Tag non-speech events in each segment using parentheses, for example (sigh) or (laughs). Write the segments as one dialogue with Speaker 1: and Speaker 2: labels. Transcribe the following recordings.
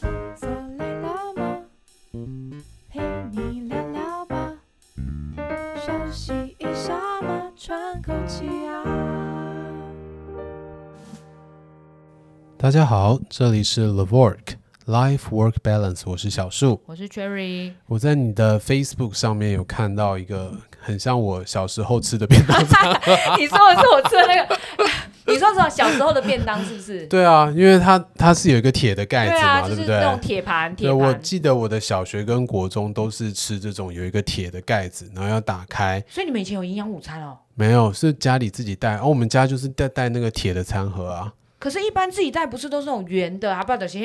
Speaker 1: 坐累了吗？陪你聊聊吧，休息一下嘛，喘口气啊。
Speaker 2: 大家好，这里是 The Work Life Work Balance，我是小树。
Speaker 3: 我是 Cherry，
Speaker 2: 我在你的 Facebook 上面有看到一个很像我小时候吃的便
Speaker 3: (laughs)
Speaker 2: 当餐。
Speaker 3: 你说的是我吃的那个，你说是小时候的便当是不是？
Speaker 2: 对啊，因为它它是有一个铁的盖子嘛，
Speaker 3: 啊，就
Speaker 2: 不
Speaker 3: 是那种
Speaker 2: 对？
Speaker 3: 铁盘，铁
Speaker 2: 对，我
Speaker 3: 盘。
Speaker 2: 记得我的小学跟国中都是吃这种有一个铁的盖子，然后要打开。
Speaker 3: 所以你们以前有营养午餐哦，
Speaker 2: 没有，是家里自己带。哦，我们家就是带带那个铁的餐盒啊。
Speaker 3: 可是，一般自己带不是都是那种圆的啊，不然有些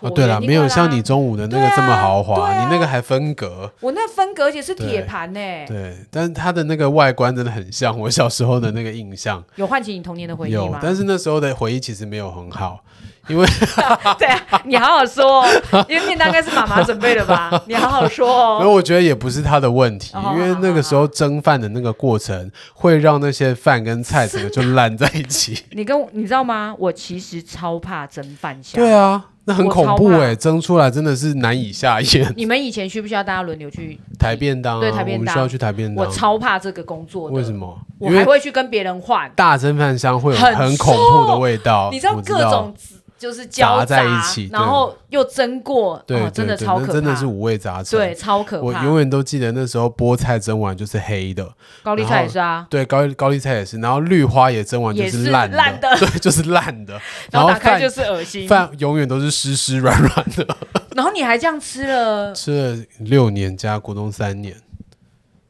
Speaker 2: 哦
Speaker 3: 椭，圆
Speaker 2: 对
Speaker 3: 的
Speaker 2: 了，没有像你。中午的那个这么豪华，
Speaker 3: 对啊对啊
Speaker 2: 你那个还分隔。
Speaker 3: 我那分隔而且是
Speaker 2: 对
Speaker 3: 铁盘呢，
Speaker 2: 对，但是它的那个外观真的很像 (laughs) 我小时候的那个印象。
Speaker 3: 有唤起你童年的回忆
Speaker 2: 有
Speaker 3: 吗，？
Speaker 2: 但是那时候的回忆其实没有很好，因为
Speaker 3: (laughs) 对啊，你好好说哦，因为便当应该是妈妈准备的吧？你好好说
Speaker 2: (laughs) 因为
Speaker 3: 哦。
Speaker 2: 我觉得也不是他的问题，
Speaker 3: 哦
Speaker 2: 因为那个时候蒸饭的那个过程会让那些饭跟菜整个就烂在一
Speaker 3: (laughs)
Speaker 2: 起。
Speaker 3: 你跟我你知道吗？我其实超怕蒸饭香。
Speaker 2: 对啊，那很
Speaker 3: 我
Speaker 2: 恐
Speaker 3: 超
Speaker 2: 怖
Speaker 3: 怕
Speaker 2: 哎、蒸出来真的是难以下咽。
Speaker 3: 你们以前需不需要大家轮流去
Speaker 2: 台便 (laughs) 当啊，
Speaker 3: 对台便
Speaker 2: 我们需
Speaker 3: 当
Speaker 2: 要去台便
Speaker 3: 我
Speaker 2: 当。
Speaker 3: 超怕这个工作的，
Speaker 2: 为什？么？
Speaker 3: 我
Speaker 2: 因
Speaker 3: 还
Speaker 2: 为
Speaker 3: 会去跟别人换，
Speaker 2: 大蒸饭香会有
Speaker 3: 很
Speaker 2: 很恐怖的味道，
Speaker 3: 你知道
Speaker 2: 哦我
Speaker 3: 各种就是
Speaker 2: 杂
Speaker 3: 交
Speaker 2: 在一起对
Speaker 3: 然后又蒸过，
Speaker 2: 对
Speaker 3: 哦，真的
Speaker 2: 对对
Speaker 3: 超
Speaker 2: 那
Speaker 3: 可怕，
Speaker 2: 真的是五味杂陈。
Speaker 3: 对，超可
Speaker 2: 我
Speaker 3: 怕。
Speaker 2: 永远都记得那时候菠菜蒸完就是黑的，
Speaker 3: 高丽菜也是啊，
Speaker 2: 对，高高丽菜也是，然后绿花也蒸完就
Speaker 3: 也是
Speaker 2: 烂的，
Speaker 3: 烂的
Speaker 2: (laughs) 对，就是烂的。
Speaker 3: (laughs) 然后
Speaker 2: 后
Speaker 3: 打开
Speaker 2: 饭
Speaker 3: 就是恶心，
Speaker 2: 饭永远都是湿湿软软 (laughs) 的，
Speaker 3: 然后你还这样吃了，
Speaker 2: 吃了六年加国中三年，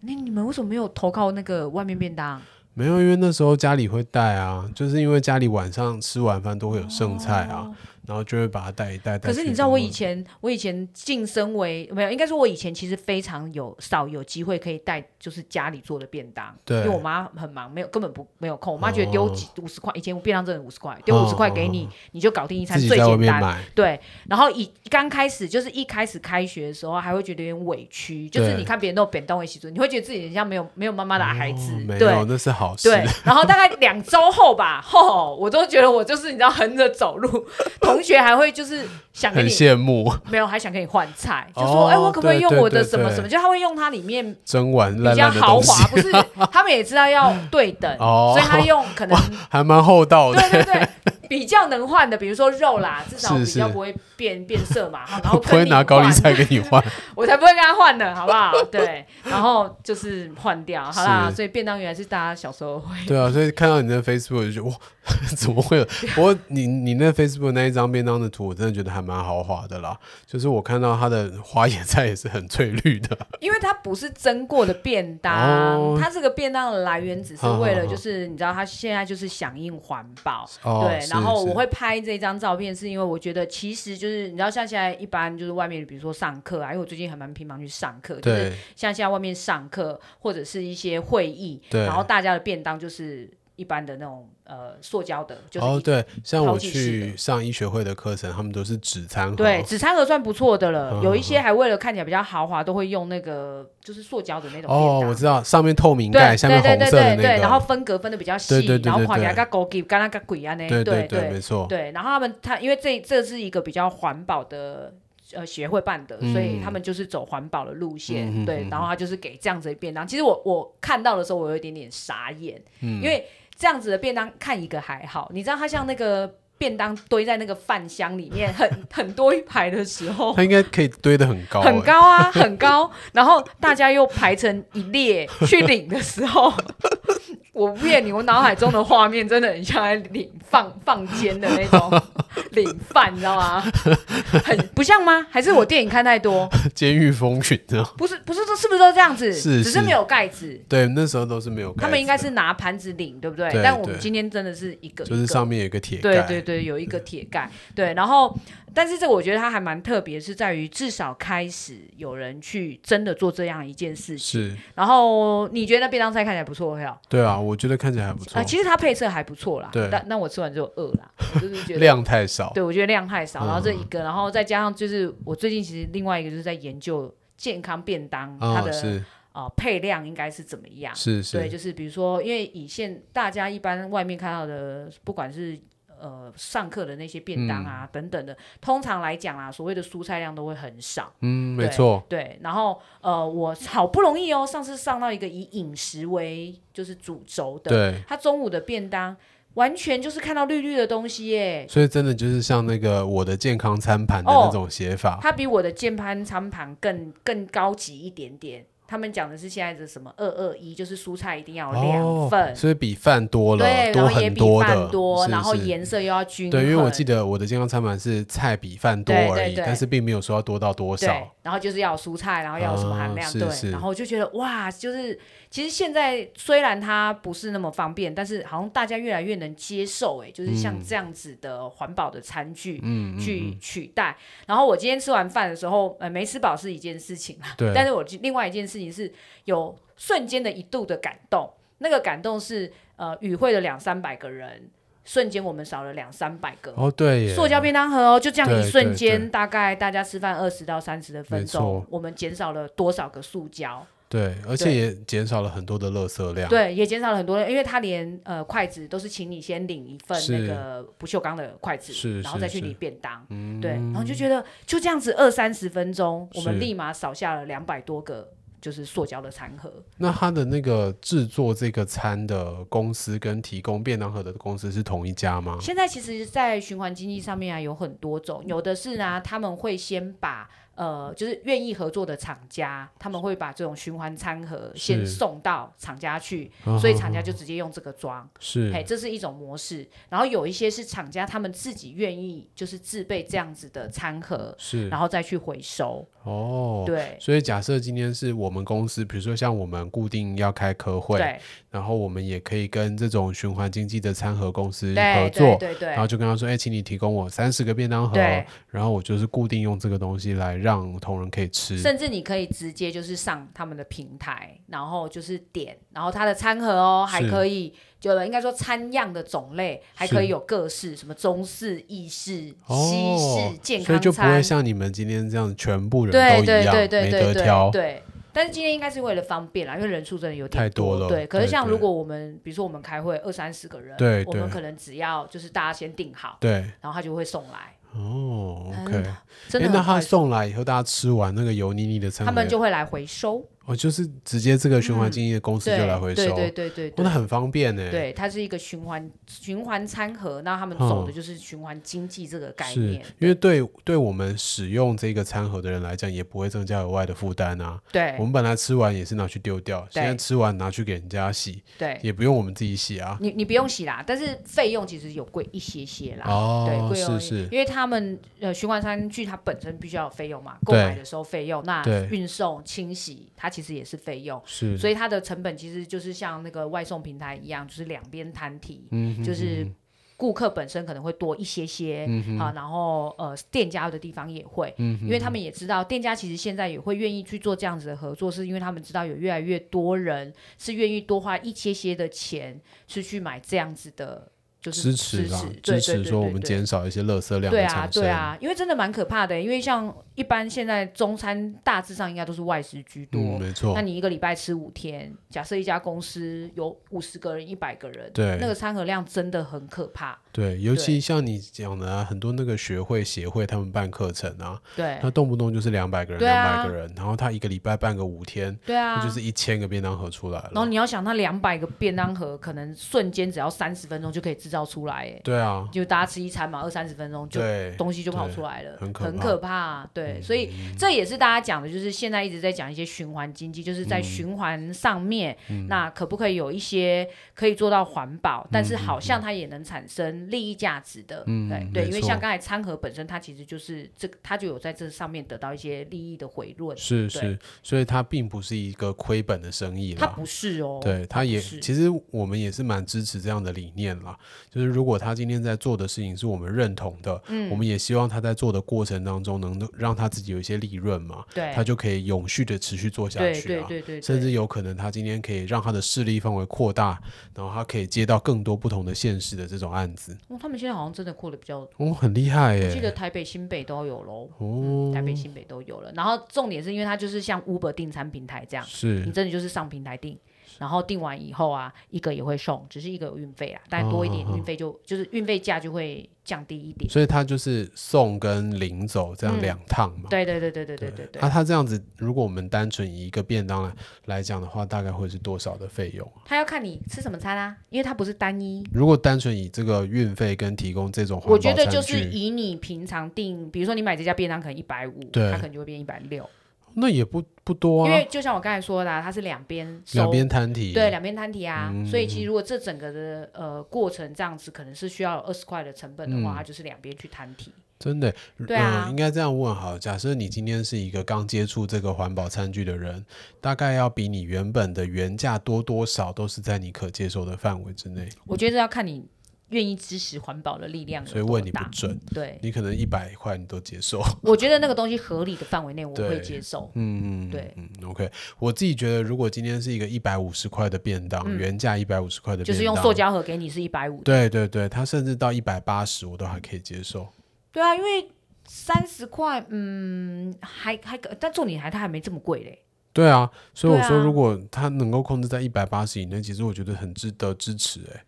Speaker 3: 那你们为什么没有投靠那个外面便当？
Speaker 2: 没有，因为那时候家里会带啊，就是因为家里晚上吃完饭都会有剩菜啊，然后就会把它带一带。带
Speaker 3: 哦可是
Speaker 2: 去
Speaker 3: 你知道我以
Speaker 2: 公司
Speaker 3: 前，我以前晋升为没有，应该说我以前其实非常有少有机会可以带，就是家里做的便当，
Speaker 2: 对
Speaker 3: 因为我妈很忙，没有根本不没有空。我妈觉得
Speaker 2: 哦
Speaker 3: 丢几五十块，以前我便当真的五十块，丢五十块给你，你就搞定一餐
Speaker 2: 自己
Speaker 3: 最
Speaker 2: 在外
Speaker 3: 简
Speaker 2: 面
Speaker 3: 单。
Speaker 2: 买，
Speaker 3: 对，然后一刚开始就是一开始开学的时候，还会觉得有点委屈，就是
Speaker 2: 对
Speaker 3: 你看别人都有扁东一起做，你会觉得自己很像没有没有妈妈的孩子
Speaker 2: 哦，没有，
Speaker 3: 对。
Speaker 2: 那是好事。
Speaker 3: 对，然后大概两周后吧，吼，我都觉得我就是你知道横着走路， (laughs) 同学还会就是想跟
Speaker 2: (laughs) 很
Speaker 3: 你
Speaker 2: 羡慕，
Speaker 3: 没有，还想跟你换菜，就
Speaker 2: 哦
Speaker 3: 说哎、我可不可以
Speaker 2: 对
Speaker 3: 用
Speaker 2: 对
Speaker 3: 我的
Speaker 2: 对
Speaker 3: 什么
Speaker 2: 对
Speaker 3: 什么？就他会用它里面
Speaker 2: 蒸完
Speaker 3: 比
Speaker 2: 烂
Speaker 3: 较
Speaker 2: 烂的
Speaker 3: 豪
Speaker 2: 东西，
Speaker 3: 华，不是他们也知道要对等，
Speaker 2: (laughs) 哦
Speaker 3: 所以他用可能
Speaker 2: 还蛮厚道的。
Speaker 3: 对
Speaker 2: (laughs)
Speaker 3: 对对比较能换的，比如说肉啦，至少
Speaker 2: 是
Speaker 3: 比
Speaker 2: 是
Speaker 3: 较不会变变色嘛，
Speaker 2: (laughs)
Speaker 3: 哈然
Speaker 2: 我
Speaker 3: 后
Speaker 2: 不会
Speaker 3: 跟你
Speaker 2: 拿高丽
Speaker 3: 换
Speaker 2: 菜跟你换，
Speaker 3: 我才不会跟他换呢，好不 (laughs) 好？对，然后就是换掉，好啦，
Speaker 2: 是
Speaker 3: 所以便当原来是大家小时候会
Speaker 2: 对啊，所以看到你的 Facebook 就觉得哇， (laughs) 怎么会有？ (laughs) 不过你你那 Facebook 那一张便当的图，我真的觉得还蛮豪华的啦。就是我看到它的花野菜也是很翠绿的，
Speaker 3: 因为它不是蒸过的便当，
Speaker 2: 哦
Speaker 3: 它这个便当的来源只是
Speaker 2: 好好
Speaker 3: 为了
Speaker 2: 好
Speaker 3: 就是你知道，它现在就是响应环保。
Speaker 2: 哦
Speaker 3: 对
Speaker 2: 是，
Speaker 3: 然后
Speaker 2: 是
Speaker 3: 我会拍这张照片，是因为我觉得其实就是你知道，像现在一般就是外面，比如说上课啊，因为我最近还蛮频繁去上课，就是
Speaker 2: 对
Speaker 3: 像现在外面上课或者是一些会议，
Speaker 2: 对
Speaker 3: 然后大家的便当就是一般的那种呃塑胶的，就是一、
Speaker 2: 哦对，像我
Speaker 3: 超级市
Speaker 2: 去上医学会的课程，他们都是纸餐盒，
Speaker 3: 对，纸餐盒算不错的了，
Speaker 2: 嗯
Speaker 3: 有一些还为了看起来比较豪华，都会用那个就是塑胶的那种
Speaker 2: 哦
Speaker 3: 便当。
Speaker 2: 我知道，上面透明
Speaker 3: 对
Speaker 2: 盖，下面
Speaker 3: 对
Speaker 2: 红
Speaker 3: 对
Speaker 2: 色的
Speaker 3: 对
Speaker 2: 那
Speaker 3: 对，
Speaker 2: 个，
Speaker 3: 然后分隔分的比较细，
Speaker 2: 对对对对
Speaker 3: 然后看起来
Speaker 2: 对
Speaker 3: 跟狗给跟那个鬼啊呢，
Speaker 2: 对
Speaker 3: 对
Speaker 2: 对，没错，
Speaker 3: 对，然后他们他因为这这是一个比较环保的呃协会办的，所以
Speaker 2: 嗯
Speaker 3: 他们就是走环保的路线，
Speaker 2: 嗯嗯
Speaker 3: 对
Speaker 2: 嗯，
Speaker 3: 然后他就是给这样子的便当。其实我我看到的时候，我有一点点傻眼，
Speaker 2: 嗯
Speaker 3: 因为这样子的便当看一个还好，你知道它像那个。便当堆在那个饭箱里面，很很多一排的时候，
Speaker 2: 它应该可以堆得很高、
Speaker 3: 很
Speaker 2: 欸，
Speaker 3: 高啊，很高。然后大家又排成一列去领的时候， (laughs) 我不骗你，我脑海中的画面真的很像在领放放监的那
Speaker 2: (laughs)
Speaker 3: 种领饭，你知道吗？很不像吗？还是我电影看太多？
Speaker 2: (laughs) 监狱风云这样。
Speaker 3: 不是，不是，这是不是都这样子？
Speaker 2: 是
Speaker 3: 只
Speaker 2: 是
Speaker 3: 是没有盖子。
Speaker 2: 对，那时候都是没有盖子的，
Speaker 3: 他们应该是拿盘子领，对不对？
Speaker 2: 对
Speaker 3: 但我们
Speaker 2: 对
Speaker 3: 今天真的是一个一个
Speaker 2: 就是上面有一个铁
Speaker 3: 对
Speaker 2: 盖，嗯
Speaker 3: 对对，有一个铁盖，对，然后但是这我觉得它还蛮特别，是在于至少开始有人去真的做这样一件事情。
Speaker 2: 是，
Speaker 3: 然后你觉得那便当菜看起来不错没有？啊、
Speaker 2: 对啊，我觉得看起来还不错，
Speaker 3: 其实它配色还不错啦。
Speaker 2: 对
Speaker 3: 但那我吃完之后饿啦，我就是觉得。
Speaker 2: 量太少，
Speaker 3: 对，我觉得量太少，然后这
Speaker 2: 嗯
Speaker 3: 一个，然后再加上就是我最近其实另外一个就是在研究健康便当它
Speaker 2: 啊、
Speaker 3: 的、啊
Speaker 2: 是
Speaker 3: 呃配量应该是怎么样。
Speaker 2: 是是，
Speaker 3: 对，就是比如说，因为以现大家一般外面看到的，不管是呃呃上课的那些便当
Speaker 2: 嗯
Speaker 3: 啊、等等的，通常来讲啊，所谓的蔬菜量都会很少。
Speaker 2: 嗯，没
Speaker 3: 对
Speaker 2: 错，
Speaker 3: 对，然后呃，我好不容易哦，上次上到一个以饮食为就是主轴的，
Speaker 2: 对，
Speaker 3: 他中午的便当完全就是看到绿绿的东西耶，
Speaker 2: 所以真的就是像那个我的健康餐盘的
Speaker 3: 哦
Speaker 2: 那种写法，
Speaker 3: 它比我的键盘餐盘更更高级一点点。他们讲的是现在的什么二二一，就是蔬菜一定要有两份，
Speaker 2: 哦所以比饭多了，
Speaker 3: 对，
Speaker 2: 多
Speaker 3: 然后也
Speaker 2: 很
Speaker 3: 比
Speaker 2: 多的
Speaker 3: 饭，多，
Speaker 2: 是
Speaker 3: 然后
Speaker 2: 是
Speaker 3: 颜色又要均衡，
Speaker 2: 对，因为我记得我的健康餐盘是菜比饭多
Speaker 3: 对对
Speaker 2: 而已，
Speaker 3: 对
Speaker 2: 但是并没有说要多到多
Speaker 3: 对
Speaker 2: 少，，
Speaker 3: 然后就是要有蔬菜，然后要有什么含量，
Speaker 2: 啊是是
Speaker 3: 对，然后我就觉得哇，就是其实现在虽然它不是那么方便，但是好像大家越来越能接受，哎，就是像这样子的环保的餐具。
Speaker 2: 嗯嗯，嗯
Speaker 3: 去取代。然后我今天吃完饭的时候，呃，没吃饱是一件事情啦，
Speaker 2: 对，
Speaker 3: 但是我就另外一件事情是有瞬间的一度的感动，那个感动是呃，与会的两三百个人，瞬间我们少了两三百个
Speaker 2: 哦对耶，
Speaker 3: 塑胶便当盒哦，就这样
Speaker 2: 对
Speaker 3: 一瞬
Speaker 2: 对对
Speaker 3: 间，大概大家吃饭二十到三十的分
Speaker 2: 没
Speaker 3: 钟
Speaker 2: 错，
Speaker 3: 我们减少了多少个塑胶？
Speaker 2: 对，而且
Speaker 3: 对
Speaker 2: 也减少了很多的垃圾量，
Speaker 3: 对，也减少了很多人，因为他连呃筷子都是请你先领一份
Speaker 2: 是
Speaker 3: 那个不锈钢的筷子，
Speaker 2: 是
Speaker 3: 然后
Speaker 2: 是
Speaker 3: 再去
Speaker 2: 是嗯
Speaker 3: 领便当。对，然后就觉得就这样子二三十分钟，我
Speaker 2: 是
Speaker 3: 们立马少下了两百多个就是塑胶的餐盒。
Speaker 2: 那它的那个制作这个餐的公司跟提供便当盒的公司是同一家吗？
Speaker 3: 现在其实，在循环经济上面啊，有很多种，
Speaker 2: 嗯
Speaker 3: 有的是呢，他们会先把呃，就是愿意合作的厂家，他们会把这种循环餐盒先
Speaker 2: 是
Speaker 3: 送到厂家去，
Speaker 2: 啊
Speaker 3: 所以厂家就直接用这个装，
Speaker 2: 是
Speaker 3: 哎，这是一种模式。然后有一些是厂家他们自己愿意就是自备这样子的餐盒，
Speaker 2: 是
Speaker 3: 然后再去回收，
Speaker 2: 哦，
Speaker 3: 对
Speaker 2: 所以假设今天是我们公司，比如说像我们固定要开科会，
Speaker 3: 对
Speaker 2: 然后我们也可以跟这种循环经济的餐盒公司合
Speaker 3: 对
Speaker 2: 作
Speaker 3: 对，对对
Speaker 2: 然后就跟他说，哎、请你提供我三十个便当盒，
Speaker 3: 对
Speaker 2: 然后我就是固定用这个东西来让同仁可以吃。
Speaker 3: 甚至你可以直接就是上他们的平台，然后就是点，然后它的餐盒哦，
Speaker 2: 是
Speaker 3: 还可以就应该说餐样的种类还可以有各式，什么中式、意式、西式、健
Speaker 2: 哦所以
Speaker 3: 康
Speaker 2: 就不会
Speaker 3: 餐，
Speaker 2: 像你们今天这样，全部人
Speaker 3: 对
Speaker 2: 都一
Speaker 3: 对
Speaker 2: 样，
Speaker 3: 对对
Speaker 2: 没
Speaker 3: 对
Speaker 2: 得挑
Speaker 3: 对。对。但是今天应该是为了方便啦，因为人数真的有点
Speaker 2: 太多了
Speaker 3: 对，可是
Speaker 2: 对
Speaker 3: 像
Speaker 2: 对
Speaker 3: 如果我们比如说我们开会二三十个人，
Speaker 2: 对
Speaker 3: 我们
Speaker 2: 对
Speaker 3: 可能只要就是大家先定好，
Speaker 2: 对，
Speaker 3: 然后他就会送来，
Speaker 2: 哦
Speaker 3: 嗯
Speaker 2: ，OK，
Speaker 3: 真
Speaker 2: 诶
Speaker 3: 的
Speaker 2: 那
Speaker 3: 很
Speaker 2: 他
Speaker 3: 快速。
Speaker 2: 送来以后，大家吃完那个油腻腻的餐
Speaker 3: 他
Speaker 2: 盒，
Speaker 3: 们就会来回收，
Speaker 2: 哦，就是直接这个循环
Speaker 3: 嗯
Speaker 2: 经济的公司
Speaker 3: 对
Speaker 2: 就来回收，
Speaker 3: 对对对对
Speaker 2: 哦
Speaker 3: 对
Speaker 2: 那，很方便呢。，
Speaker 3: 对，它是一个循环循环餐盒，那他们
Speaker 2: 嗯
Speaker 3: 走的就是循环经济这个概
Speaker 2: 是
Speaker 3: 念。
Speaker 2: 因为对对我们使用这个餐盒的人来讲，也不会增加额外的负担啊。
Speaker 3: 对
Speaker 2: 我们本来吃完也是拿去丢掉，现在
Speaker 3: 对
Speaker 2: 吃完拿去给人家洗，
Speaker 3: 对，
Speaker 2: 也不用我们自己洗啊。
Speaker 3: 你你不用洗啦，但是费用其实有贵一些些嗯啦。对，
Speaker 2: 哦，
Speaker 3: 贵用
Speaker 2: 是
Speaker 3: 一
Speaker 2: 是，
Speaker 3: 因为他们呃循环餐具它本身必须要有费用嘛，购
Speaker 2: 对
Speaker 3: 买的时候费用，那
Speaker 2: 对
Speaker 3: 运送、清洗它其实也是费用，
Speaker 2: 是，
Speaker 3: 所以它的成本其实就是像那个外送平台一样，就是两边摊提，
Speaker 2: 嗯哼嗯
Speaker 3: 就是顾客本身可能会多一些些，啊，然后呃，店家有的地方也会，因为他们也知道，店家其实现在也会愿意去做这样子的合作，是因为他们知道有越来越多人是愿意多花一些些的钱，是去买这样子的，就是
Speaker 2: 支持啦，支
Speaker 3: 对
Speaker 2: 持说我们。
Speaker 3: 对对对对
Speaker 2: 减少一些垃圾量
Speaker 3: 对
Speaker 2: 的
Speaker 3: 啊，
Speaker 2: 产生。
Speaker 3: 对啊，因为真的蛮可怕的。因为像一般现在中餐大致上应该都是外食居多，
Speaker 2: 嗯，没错
Speaker 3: 那，你一个礼拜吃五天，假设一家公司有五十个人、一百个人，
Speaker 2: 对
Speaker 3: 那个餐盒量真的很可怕。
Speaker 2: 对，尤
Speaker 3: 对
Speaker 2: 其像你讲的啊，很多那个学会协会他们办课程啊， (laughs)
Speaker 3: 对，
Speaker 2: 他动不动就是两百个人，
Speaker 3: 对
Speaker 2: 两
Speaker 3: 啊
Speaker 2: 百个人，然后他一个礼拜办个五天，
Speaker 3: 对啊
Speaker 2: 那，就是一千个便当盒出来
Speaker 3: 然后
Speaker 2: 了。
Speaker 3: 你要想，那两百个便当盒，可能瞬间只要三十分钟就可以制造出来，哎，
Speaker 2: 对啊，
Speaker 3: 就大家吃一餐嘛，二三十分钟就
Speaker 2: 对，
Speaker 3: 东西就跑出来了，
Speaker 2: 对很可怕嗯
Speaker 3: 怕。啊对，所以这也是大家讲的，就是现在一直在讲一些循环经济，就是
Speaker 2: 嗯
Speaker 3: 在循环上面，那可不可以有一些可以做到环保，但是好像它也能产生利益价值的，
Speaker 2: 嗯
Speaker 3: 对对，
Speaker 2: 没
Speaker 3: 因为
Speaker 2: 错
Speaker 3: 像刚才餐盒本身，它其实就是这个，它就有在这上面得到一些利益的回论，
Speaker 2: 是
Speaker 3: 对
Speaker 2: 是，所以它并不是一个亏本的生意
Speaker 3: 它
Speaker 2: 啦。
Speaker 3: 不是哦，
Speaker 2: 对，它也
Speaker 3: 是
Speaker 2: 其实我们也是蛮支持这样的理念啦。就是如果他今天在做的事情是我们认同的，
Speaker 3: 嗯
Speaker 2: 我们也希望他在做的过程当中能够让他自己有一些利润嘛，
Speaker 3: 对，
Speaker 2: 他就可以永续的持续做下
Speaker 3: 对
Speaker 2: 去
Speaker 3: 对
Speaker 2: 啊。
Speaker 3: 对对，
Speaker 2: 甚
Speaker 3: 对
Speaker 2: 至有可能他今天可以让他的势力范围扩大，然后他可以接到更多不同的县市的这种案子，
Speaker 3: 哦，他们现在好像真的扩的比较，我
Speaker 2: 哦，很厉害
Speaker 3: 记得
Speaker 2: 耶！
Speaker 3: 台北、新北都有喽。
Speaker 2: 哦，
Speaker 3: 台北、新北都有了。然后重点是因为它就是像 Uber 订餐平台这样，
Speaker 2: 是
Speaker 3: 你真的就是上平台订，然后订完以后啊，一个也会送，只是一个有运费啦，但多一点
Speaker 2: 哦哦哦
Speaker 3: 运费就、就是运费价就会降低一点。
Speaker 2: 所以他就是送跟领走这样
Speaker 3: 嗯
Speaker 2: 两趟嘛。
Speaker 3: 对对对对对对对对
Speaker 2: 那、，他这样子，如果我们单纯以一个便当来来讲的话，大概会是多少的费用啊？
Speaker 3: 他要看你吃什么餐啊，因为它不是单一。
Speaker 2: 如果单纯以这个运费跟提供这种环
Speaker 3: 我
Speaker 2: 保
Speaker 3: 觉得
Speaker 2: 餐
Speaker 3: 就
Speaker 2: 具
Speaker 3: 是以你平常订，比如说你买这家便当可能一百五，
Speaker 2: 对
Speaker 3: 它可能就会变一百六，
Speaker 2: 那也不不多
Speaker 3: 因
Speaker 2: 啊，
Speaker 3: 为就像我刚才说的、啊，它是两边收
Speaker 2: 两边摊体
Speaker 3: 对，两边摊提啊，
Speaker 2: 嗯
Speaker 3: 所以其实如果这整个的呃过程这样子，可能是需要二十块的成本的话，
Speaker 2: 嗯
Speaker 3: 它就是两边去摊提。
Speaker 2: 真的，
Speaker 3: 对啊
Speaker 2: 嗯，应该这样问好。假设你今天是一个刚接触这个环保餐具的人，大概要比你原本的原价多多少都是在你可接受的范围之内，
Speaker 3: 我觉得这要看你愿意支持环保的力量有
Speaker 2: 所以
Speaker 3: 嗯多
Speaker 2: 问你不
Speaker 3: 大。
Speaker 2: 准，
Speaker 3: 对，
Speaker 2: 你可能一百块你都接受。
Speaker 3: 我觉得那个东西合理的范围内，我
Speaker 2: 对
Speaker 3: 会接受。
Speaker 2: 嗯，
Speaker 3: 对
Speaker 2: 嗯，OK。我自己觉得，如果今天是一个一百五十块的便当，
Speaker 3: 嗯
Speaker 2: 原价一百五十块的便当，
Speaker 3: 就是用塑。胶盒给你是一百五，
Speaker 2: 对对对，它甚至到一百八十我都还可以接受。
Speaker 3: 对啊，因为三十块，嗯，还还可，但重点还它还没这么贵嘞。
Speaker 2: 对啊，所以我说，
Speaker 3: 对啊
Speaker 2: 如果它能够控制在一百八十以内，其实我觉得很值得支持、欸。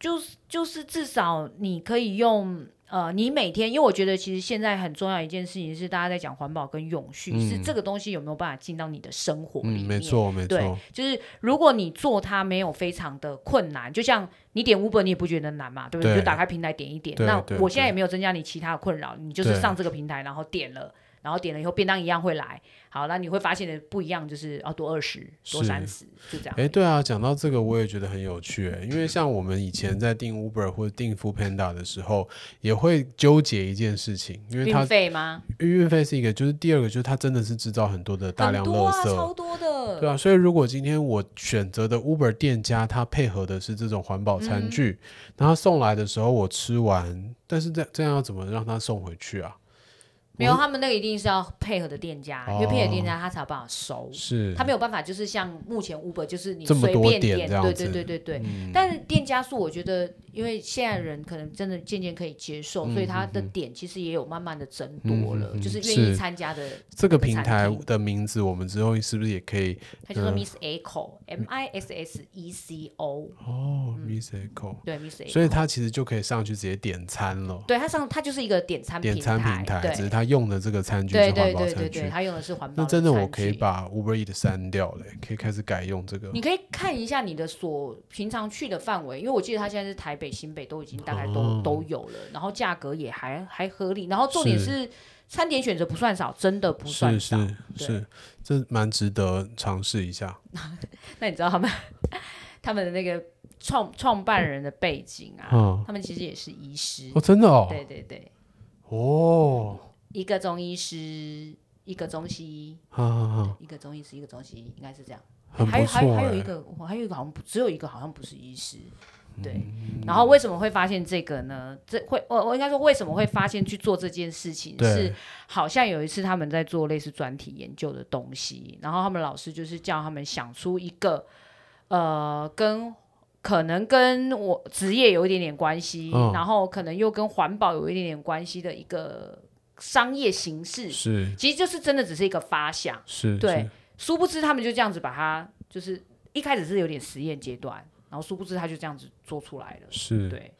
Speaker 3: 就是就是至少你可以用呃，你每天，因为我觉得其实现在很重要一件事情是大家在讲环保跟永续，是
Speaker 2: 嗯
Speaker 3: 这个东西有没有办法进到你的生活里
Speaker 2: 嗯，
Speaker 3: 面？
Speaker 2: 没。错没
Speaker 3: 对
Speaker 2: 错，，
Speaker 3: 就是如果你做它没有非常的困难，就像你点 Uber 你也不觉得难嘛，对不对？
Speaker 2: 对
Speaker 3: 你就打开平台点一点。
Speaker 2: 对
Speaker 3: 那
Speaker 2: 对
Speaker 3: 我现在
Speaker 2: 对
Speaker 3: 也没有增加你其他的困扰，你就是
Speaker 2: 对
Speaker 3: 上这个平台，然后点了，然后点了以后便当一样会来。好，那你会发现的不一样，就是哦多二十，多
Speaker 2: 是
Speaker 3: 三十，就这样。
Speaker 2: 哎，对啊，讲到这个，我也觉得很有趣欸，因为像我们以前在订 Uber 或者订 Food Panda 的时候，也会纠结一件事情，因为它
Speaker 3: 运费吗？
Speaker 2: 运费是一个，就是第二个就是它真的是制造很多的大量
Speaker 3: 很多
Speaker 2: 垃
Speaker 3: 啊，
Speaker 2: 圾，
Speaker 3: 超多的。
Speaker 2: 对啊，所以如果今天我选择的 Uber 店家，它配合的是这种环保
Speaker 3: 嗯
Speaker 2: 餐具，那它送来的时候我吃完，但是这这样要怎么让它送回去啊？
Speaker 3: 没有，他们那个一定是要配合的店家，因为配合店家他才有办法收，
Speaker 2: 哦是
Speaker 3: 他没有办法就是像目前 Uber 就是你
Speaker 2: 这么
Speaker 3: 随
Speaker 2: 多
Speaker 3: 便
Speaker 2: 点
Speaker 3: 点，
Speaker 2: 这样
Speaker 3: 对
Speaker 2: 子嗯
Speaker 3: 对对对对。但是店家数，我觉得因为现在人可能真的渐渐可以接受，所以他的点其实也有慢慢的增多了，
Speaker 2: 嗯嗯嗯嗯
Speaker 3: 就是愿意
Speaker 2: 是
Speaker 3: 参加的，
Speaker 2: 这个
Speaker 3: 的
Speaker 2: 平
Speaker 3: 餐
Speaker 2: 台
Speaker 3: 厅
Speaker 2: 的名字，我们之后是不是也可以？
Speaker 3: 他就说
Speaker 2: 嗯
Speaker 3: Miss Echo M I S S E C O，嗯
Speaker 2: 哦，Miss Echo，
Speaker 3: 对 Miss Echo，
Speaker 2: 所以它其实就可以上去直接点餐了。
Speaker 3: 对他上他就是一个点餐
Speaker 2: 点餐平台，只是
Speaker 3: 对
Speaker 2: 它用的这个餐具
Speaker 3: 对
Speaker 2: 是
Speaker 3: 对
Speaker 2: 环保
Speaker 3: 对对
Speaker 2: 餐
Speaker 3: 对，
Speaker 2: 具。
Speaker 3: 他用的是环保
Speaker 2: 那
Speaker 3: 的
Speaker 2: 真的，我
Speaker 3: 餐
Speaker 2: 可以
Speaker 3: 具
Speaker 2: 把 Uber Eat 删掉嘞，可以开始改用这个。
Speaker 3: 你可以看一下你的所平常去的范围，因为我记得它现在是台北、新北都已经大概都、
Speaker 2: 哦
Speaker 3: 都有了，然后价格也还还合理，然后重点是餐点选择不算少，真的不算
Speaker 2: 是
Speaker 3: 少。
Speaker 2: 是
Speaker 3: 对
Speaker 2: 是，这蛮值得尝试一下。
Speaker 3: 那你知道他们 (laughs) 他们的那个创创办人的背景啊，
Speaker 2: 嗯，
Speaker 3: 他们其实也是医师，
Speaker 2: 哦，真的哦，
Speaker 3: 对对对，
Speaker 2: 哦，
Speaker 3: 一个中医师，一个中西医，
Speaker 2: 哈哈哈，
Speaker 3: 一个中医师，一个中西医，应该是这样。
Speaker 2: 很
Speaker 3: 还
Speaker 2: 不
Speaker 3: 有还有
Speaker 2: 错
Speaker 3: 还有一
Speaker 2: 哎。
Speaker 3: 个，我还有一个好像不，只有一个好像不是医师，对。
Speaker 2: 嗯
Speaker 3: 然后为什么会发现这个呢？这会我我应该说为什么会发现去做这件事情是
Speaker 2: 对，
Speaker 3: 好像有一次他们在做类似专题研究的东西，然后他们老师就是叫他们想出一个呃跟。可能跟我职业有一点点关系，
Speaker 2: 嗯
Speaker 3: 然后可能又跟环保有一点点关系的一个商业形式，
Speaker 2: 是
Speaker 3: 其实就是真的只是一个发想。
Speaker 2: 是，
Speaker 3: 对
Speaker 2: 是，
Speaker 3: 殊不知他们就这样子把它，就是一开始是有点实验阶段，然后殊不知他就这样子做出来了。
Speaker 2: 是
Speaker 3: 对，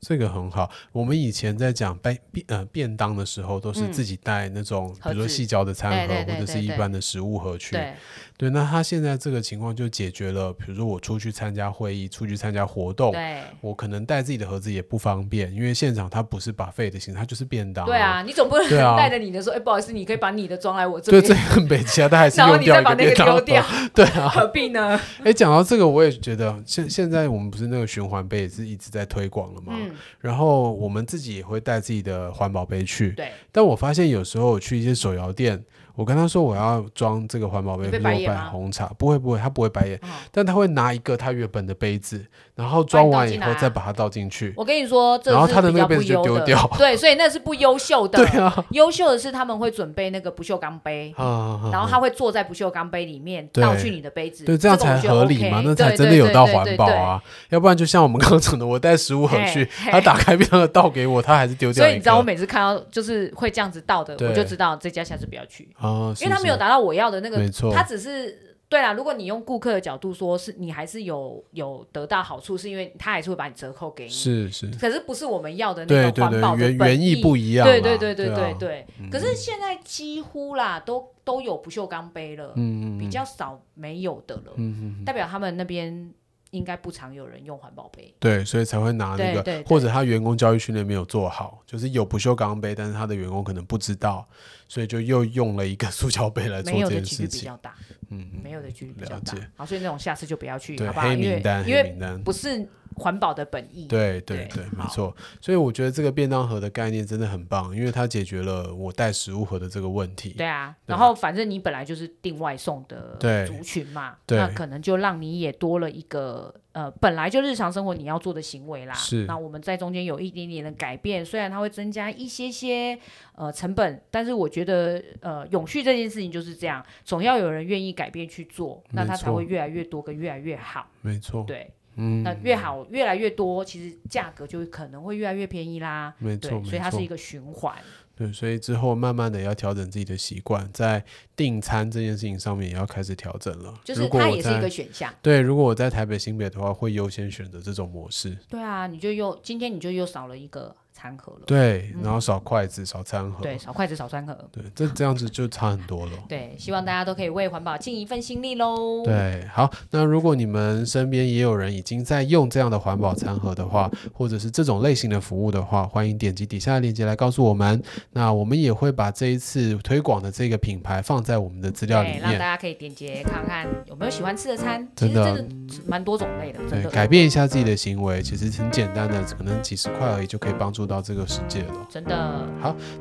Speaker 2: 这个很好。我们以前在讲便便呃便当的时候，都是
Speaker 3: 嗯
Speaker 2: 自己带那种，比
Speaker 3: 盒
Speaker 2: 如说
Speaker 3: 子
Speaker 2: 细胶的餐
Speaker 3: 对
Speaker 2: 盒
Speaker 3: 对
Speaker 2: 或
Speaker 3: 对
Speaker 2: 者
Speaker 3: 对
Speaker 2: 是一
Speaker 3: 对
Speaker 2: 般的食物盒去。
Speaker 3: 对，
Speaker 2: 对，那他现在这个情况就解决了，比如说我出去参加会议，出去参加活动。
Speaker 3: 对，
Speaker 2: 我可能带自己的盒子也不方便，因为现场它不是把费的形式，它就是便当、
Speaker 3: 对啊，你总不能
Speaker 2: 对啊
Speaker 3: 带着你的说，哎，不好意思，你可以把你的装来我这
Speaker 2: 对，这
Speaker 3: 边，
Speaker 2: 很北齐啊，它还是
Speaker 3: (laughs) 然后
Speaker 2: 用
Speaker 3: 你
Speaker 2: 掉
Speaker 3: 再
Speaker 2: 一
Speaker 3: 把那
Speaker 2: 便
Speaker 3: 个
Speaker 2: 当
Speaker 3: 丢
Speaker 2: 盒。
Speaker 3: 掉，
Speaker 2: (laughs) 对啊，
Speaker 3: 何必呢？
Speaker 2: (laughs) 哎，讲到这个，我也觉得现现在我们不是那个循环杯也是一直在推广了嘛，
Speaker 3: 嗯，
Speaker 2: 然后我们自己也会带自己的环保杯去，
Speaker 3: 对，
Speaker 2: 但我发现有时候我去一些手摇店，我跟他说我要装这个环保杯，
Speaker 3: 你
Speaker 2: 或
Speaker 3: 被
Speaker 2: 者
Speaker 3: 白
Speaker 2: 我
Speaker 3: 眼
Speaker 2: 摆
Speaker 3: 吗
Speaker 2: 红茶，不会不会，他不会白眼，
Speaker 3: 嗯
Speaker 2: 但他会拿一个他原本的杯子，然后装
Speaker 3: 把
Speaker 2: 完
Speaker 3: 你
Speaker 2: 以
Speaker 3: 倒进
Speaker 2: 后
Speaker 3: 来啊
Speaker 2: 再把它倒进去，
Speaker 3: 我跟你说，这
Speaker 2: 然后
Speaker 3: 是
Speaker 2: 他的
Speaker 3: 比
Speaker 2: 那个
Speaker 3: 较
Speaker 2: 杯
Speaker 3: 不
Speaker 2: 子就
Speaker 3: 优
Speaker 2: 丢
Speaker 3: 的
Speaker 2: 掉
Speaker 3: (laughs) 对，所以那是不优秀
Speaker 2: (laughs)
Speaker 3: 的。
Speaker 2: 对
Speaker 3: (laughs)
Speaker 2: 啊，
Speaker 3: 优秀的是他们会准备那个不锈钢杯，
Speaker 2: 啊啊，啊
Speaker 3: 然后他会坐在不锈钢杯里面
Speaker 2: 对
Speaker 3: 倒去你的杯子，
Speaker 2: 对，这
Speaker 3: 这
Speaker 2: 样
Speaker 3: 个我
Speaker 2: 才
Speaker 3: 觉得
Speaker 2: 合理
Speaker 3: OK，
Speaker 2: 嘛，那
Speaker 3: 对
Speaker 2: 才
Speaker 3: 对
Speaker 2: 真的有
Speaker 3: 对
Speaker 2: 到
Speaker 3: 对
Speaker 2: 环
Speaker 3: 对
Speaker 2: 保
Speaker 3: 对
Speaker 2: 啊。要不然就像我们刚刚讲的，我带食物盒去，
Speaker 3: 嘿
Speaker 2: 他
Speaker 3: 嘿
Speaker 2: 打开冰箱的倒给我，他还是丢掉一
Speaker 3: 所
Speaker 2: 个。
Speaker 3: 以你知道我每次看到就是会这样子倒的，
Speaker 2: 对
Speaker 3: 我就知道这家下次不要去，
Speaker 2: 哦，
Speaker 3: 因为他
Speaker 2: 是
Speaker 3: 没有
Speaker 2: 是
Speaker 3: 达到我要的那
Speaker 2: 没
Speaker 3: 个，
Speaker 2: 错
Speaker 3: 他只是对啦，如果你用顾客的角度说，是你还是有有得到好处，是因为他还是会把你折扣给你。
Speaker 2: 是是，
Speaker 3: 可是不是我们要的
Speaker 2: 对
Speaker 3: 那个
Speaker 2: 对
Speaker 3: 环保
Speaker 2: 对，
Speaker 3: 的
Speaker 2: 原
Speaker 3: 本
Speaker 2: 原意不一样啦，
Speaker 3: 对对对对
Speaker 2: 对
Speaker 3: 对
Speaker 2: 啊，
Speaker 3: 对。可是现在几乎啦，都都有不锈钢杯了，
Speaker 2: 嗯
Speaker 3: 比较少没有的了，
Speaker 2: 嗯嗯，
Speaker 3: 代表他们那边应该不常有人用环保杯。
Speaker 2: 对，所以才会拿啊那
Speaker 3: 对
Speaker 2: 个，
Speaker 3: 对对
Speaker 2: 或者他员工教育训练没有做好，就是有不锈钢杯，但是他的员工可能不知道，所以就又用了一个塑胶杯来做
Speaker 3: 没有
Speaker 2: 这
Speaker 3: 的
Speaker 2: 件
Speaker 3: 几
Speaker 2: 事
Speaker 3: 率比
Speaker 2: 情。
Speaker 3: 较大，
Speaker 2: 嗯，嗯
Speaker 3: 没有的几率比较
Speaker 2: 了
Speaker 3: 大
Speaker 2: 解。
Speaker 3: 好，所以那种下次就不要去，
Speaker 2: 对，
Speaker 3: 好不好？
Speaker 2: 黑
Speaker 3: 因
Speaker 2: 名
Speaker 3: 为
Speaker 2: 单，
Speaker 3: 因
Speaker 2: 黑
Speaker 3: 为
Speaker 2: 名单。
Speaker 3: 不是环保的本意。
Speaker 2: 对对
Speaker 3: 对
Speaker 2: 对，没
Speaker 3: 好
Speaker 2: 错。所以我觉得这个便当盒的概念真的很棒，因为它解决了我带食物盒的这个问题。
Speaker 3: 对啊，
Speaker 2: 对
Speaker 3: 然后反正你本来就是订外送的
Speaker 2: 对
Speaker 3: 族群嘛，
Speaker 2: 对
Speaker 3: 那可能就让你也多了一个呃，本来就日常生活你要做的行为啦。
Speaker 2: 是
Speaker 3: 那我们在中间有一点点的改变，虽然它会增加一些些呃成本，但是我觉得呃，永续这件事情就是这样，总要有人愿意改变去做，那它
Speaker 2: 没
Speaker 3: 才
Speaker 2: 错
Speaker 3: 会越来越多跟越来越好。
Speaker 2: 没错，
Speaker 3: 对，
Speaker 2: 嗯，
Speaker 3: 那越好越来越多，其实价格就可能会越来越便宜啦。
Speaker 2: 没
Speaker 3: 对
Speaker 2: 错，，没
Speaker 3: 所以它
Speaker 2: 错
Speaker 3: 是一个循环。
Speaker 2: 对，所以之后慢慢的要调整自己的习惯，在订餐这件事情上面也要开始调整了。
Speaker 3: 就是
Speaker 2: 如果
Speaker 3: 它
Speaker 2: 我
Speaker 3: 也是一
Speaker 2: 在
Speaker 3: 个选项，
Speaker 2: 对，如果我在台北、新北的话，会优先选择这种模式。
Speaker 3: 对啊，你就又今天你就又少了一个餐盒了，
Speaker 2: 对，然后少筷子、少餐盒。
Speaker 3: 嗯对，少筷子少餐盒，
Speaker 2: 对，这这样子就差很多了。
Speaker 3: 对，希望大家都可以为环保尽一份心力喽。
Speaker 2: 对，好，那如果你们身边也有人已经在用这样的环保餐盒的话，或者是这种类型的服务的话，欢迎点击底下的链接来告诉我们。那我们也会把这一次推广的这个品牌放在我们的资料里
Speaker 3: 对，让大
Speaker 2: 面，
Speaker 3: 家可以点击看看有没有喜欢吃的餐，其
Speaker 2: 真
Speaker 3: 实
Speaker 2: 的
Speaker 3: 真的蛮多种类的，真
Speaker 2: 对，
Speaker 3: 的
Speaker 2: 改变一下
Speaker 3: 嗯
Speaker 2: 自己的行为，其实很简单的，可能几十块而已就可以帮助到这个世界了。
Speaker 3: 真的，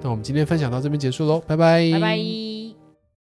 Speaker 2: 那我们今天分享到这边结束喽，拜拜，
Speaker 3: 拜拜。